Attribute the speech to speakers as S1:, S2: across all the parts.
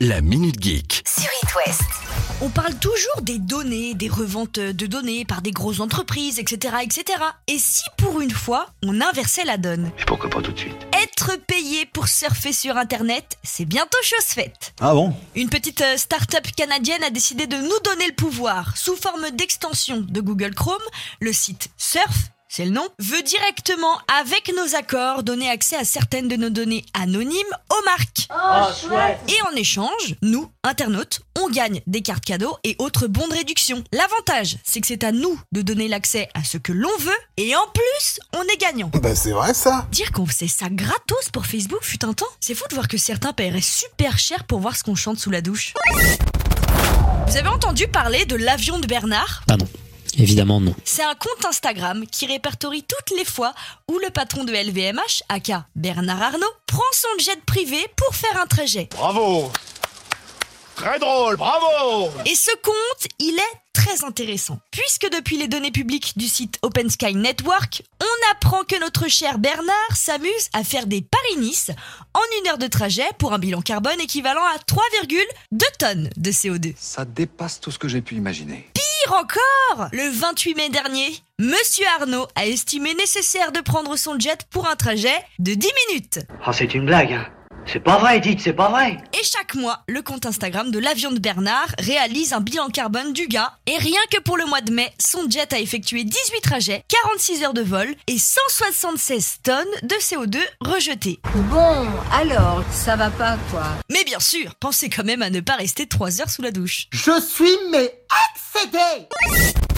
S1: La Minute Geek.
S2: sur It West.
S3: On parle toujours des données, des reventes de données par des grosses entreprises, etc., etc. Et si pour une fois, on inversait la donne
S4: Et pourquoi pas tout de suite
S3: Être payé pour surfer sur Internet, c'est bientôt chose faite.
S5: Ah bon
S3: Une petite euh, start-up canadienne a décidé de nous donner le pouvoir. Sous forme d'extension de Google Chrome, le site Surf, c'est le nom, veut directement, avec nos accords, donner accès à certaines de nos données anonymes aux marques. Et en échange, nous, internautes, on gagne des cartes cadeaux et autres bons de réduction. L'avantage, c'est que c'est à nous de donner l'accès à ce que l'on veut et en plus, on est gagnant.
S6: Bah c'est vrai ça
S3: Dire qu'on faisait ça gratos pour Facebook fut un temps. C'est fou de voir que certains paieraient super cher pour voir ce qu'on chante sous la douche. Vous avez entendu parler de l'avion de Bernard
S7: Ah non, évidemment non.
S3: C'est un compte Instagram qui répertorie toutes les fois où le patron de LVMH, aka Bernard Arnault, prend son jet privé pour faire un trajet.
S4: Bravo Très drôle, bravo
S3: Et ce compte, il est très intéressant, puisque depuis les données publiques du site Open Sky Network, on apprend que notre cher Bernard s'amuse à faire des Paris-Nice en une heure de trajet pour un bilan carbone équivalent à 3,2 tonnes de CO2.
S8: Ça dépasse tout ce que j'ai pu imaginer.
S3: Pire encore, le 28 mai dernier, Monsieur Arnaud a estimé nécessaire de prendre son jet pour un trajet de 10 minutes.
S9: Ah, c'est une blague, hein. C'est pas vrai, dites, c'est pas vrai.
S3: Et chaque mois, le compte Instagram de l'avion de Bernard réalise un bilan carbone du gars. Et rien que pour le mois de mai, son jet a effectué 18 trajets, 46 heures de vol et 176 tonnes de CO2 rejetées.
S2: Bon, alors, ça va pas quoi.
S3: Mais bien sûr, pensez quand même à ne pas rester 3 heures sous la douche.
S6: Je suis mais excédé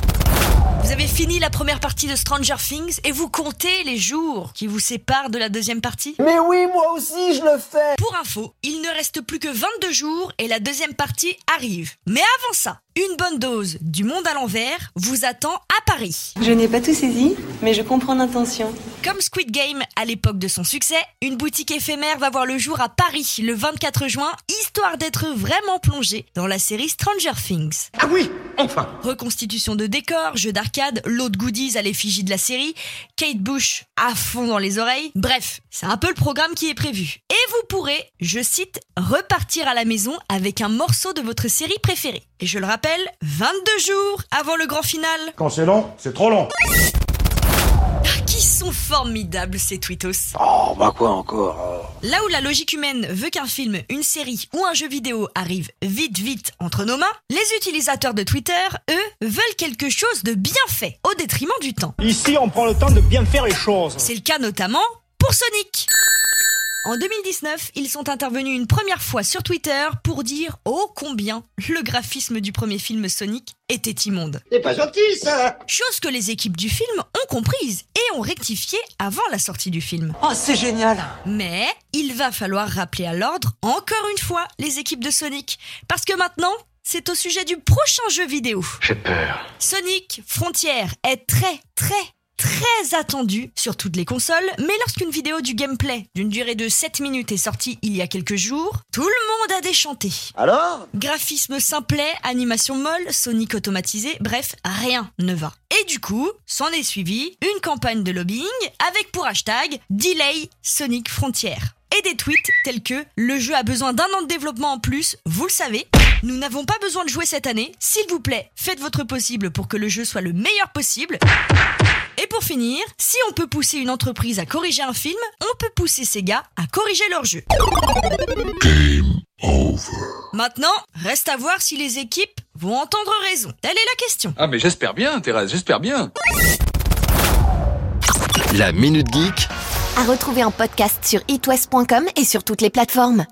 S3: Vous avez fini la première partie de Stranger Things et vous comptez les jours qui vous séparent de la deuxième partie
S5: Mais oui, moi aussi, je le fais
S3: Pour info, il ne reste plus que 22 jours et la deuxième partie arrive. Mais avant ça, une bonne dose du monde à l'envers vous attend à Paris.
S10: Je n'ai pas tout saisi, mais je comprends l'intention.
S3: Comme Squid Game à l'époque de son succès, une boutique éphémère va voir le jour à Paris le 24 juin, histoire d'être vraiment plongé dans la série Stranger Things.
S6: Ah oui, enfin
S3: Reconstitution de décors, jeux d'arcade, lot de goodies à l'effigie de la série, Kate Bush à fond dans les oreilles. Bref, c'est un peu le programme qui est prévu. Et vous pourrez, je cite, repartir à la maison avec un morceau de votre série préférée. Et je le rappelle, 22 jours avant le grand final.
S5: Quand c'est long, c'est trop long
S3: Ah, Qui sont formidables ces tweetos
S4: Oh, bah quoi encore
S8: hein.
S3: Là où la logique humaine veut qu'un film, une série ou un jeu vidéo arrive vite vite entre nos mains, les utilisateurs de Twitter, eux, veulent quelque chose de bien fait, au détriment du temps.
S11: Ici, on prend le temps de bien faire les choses.
S3: C'est le cas notamment pour Sonic. En 2019, ils sont intervenus une première fois sur Twitter pour dire ô combien le graphisme du premier film Sonic était immonde.
S6: C'est pas gentil ça
S3: Chose que les équipes du film ont comprise et ont rectifiée avant la sortie du film.
S10: Oh, c'est génial
S3: Mais il va falloir rappeler à l'ordre encore une fois les équipes de Sonic, parce que maintenant, c'est au sujet du prochain jeu vidéo.
S4: J'ai peur.
S3: Sonic Frontière est très très très attendu sur toutes les consoles, mais lorsqu'une vidéo du gameplay d'une durée de 7 minutes est sortie il y a quelques jours, tout le monde a déchanté.
S6: Alors
S3: Graphisme simplet, animation molle, Sonic automatisé, bref, rien ne va. Et du coup, s'en est suivi une campagne de lobbying avec pour hashtag Delay Sonic Frontière. Et des tweets tels que Le jeu a besoin d'un an de développement en plus, vous le savez. Nous n'avons pas besoin de jouer cette année. S'il vous plaît, faites votre possible pour que le jeu soit le meilleur possible. Et pour finir, si on peut pousser une entreprise à corriger un film, on peut pousser ces gars à corriger leur jeu. Maintenant, reste à voir si les équipes vont entendre raison. Telle est la question.
S8: Ah mais j'espère bien, Thérèse, j'espère bien.
S1: La Minute Geek
S2: À retrouver en podcast sur itwest.com et sur toutes les plateformes.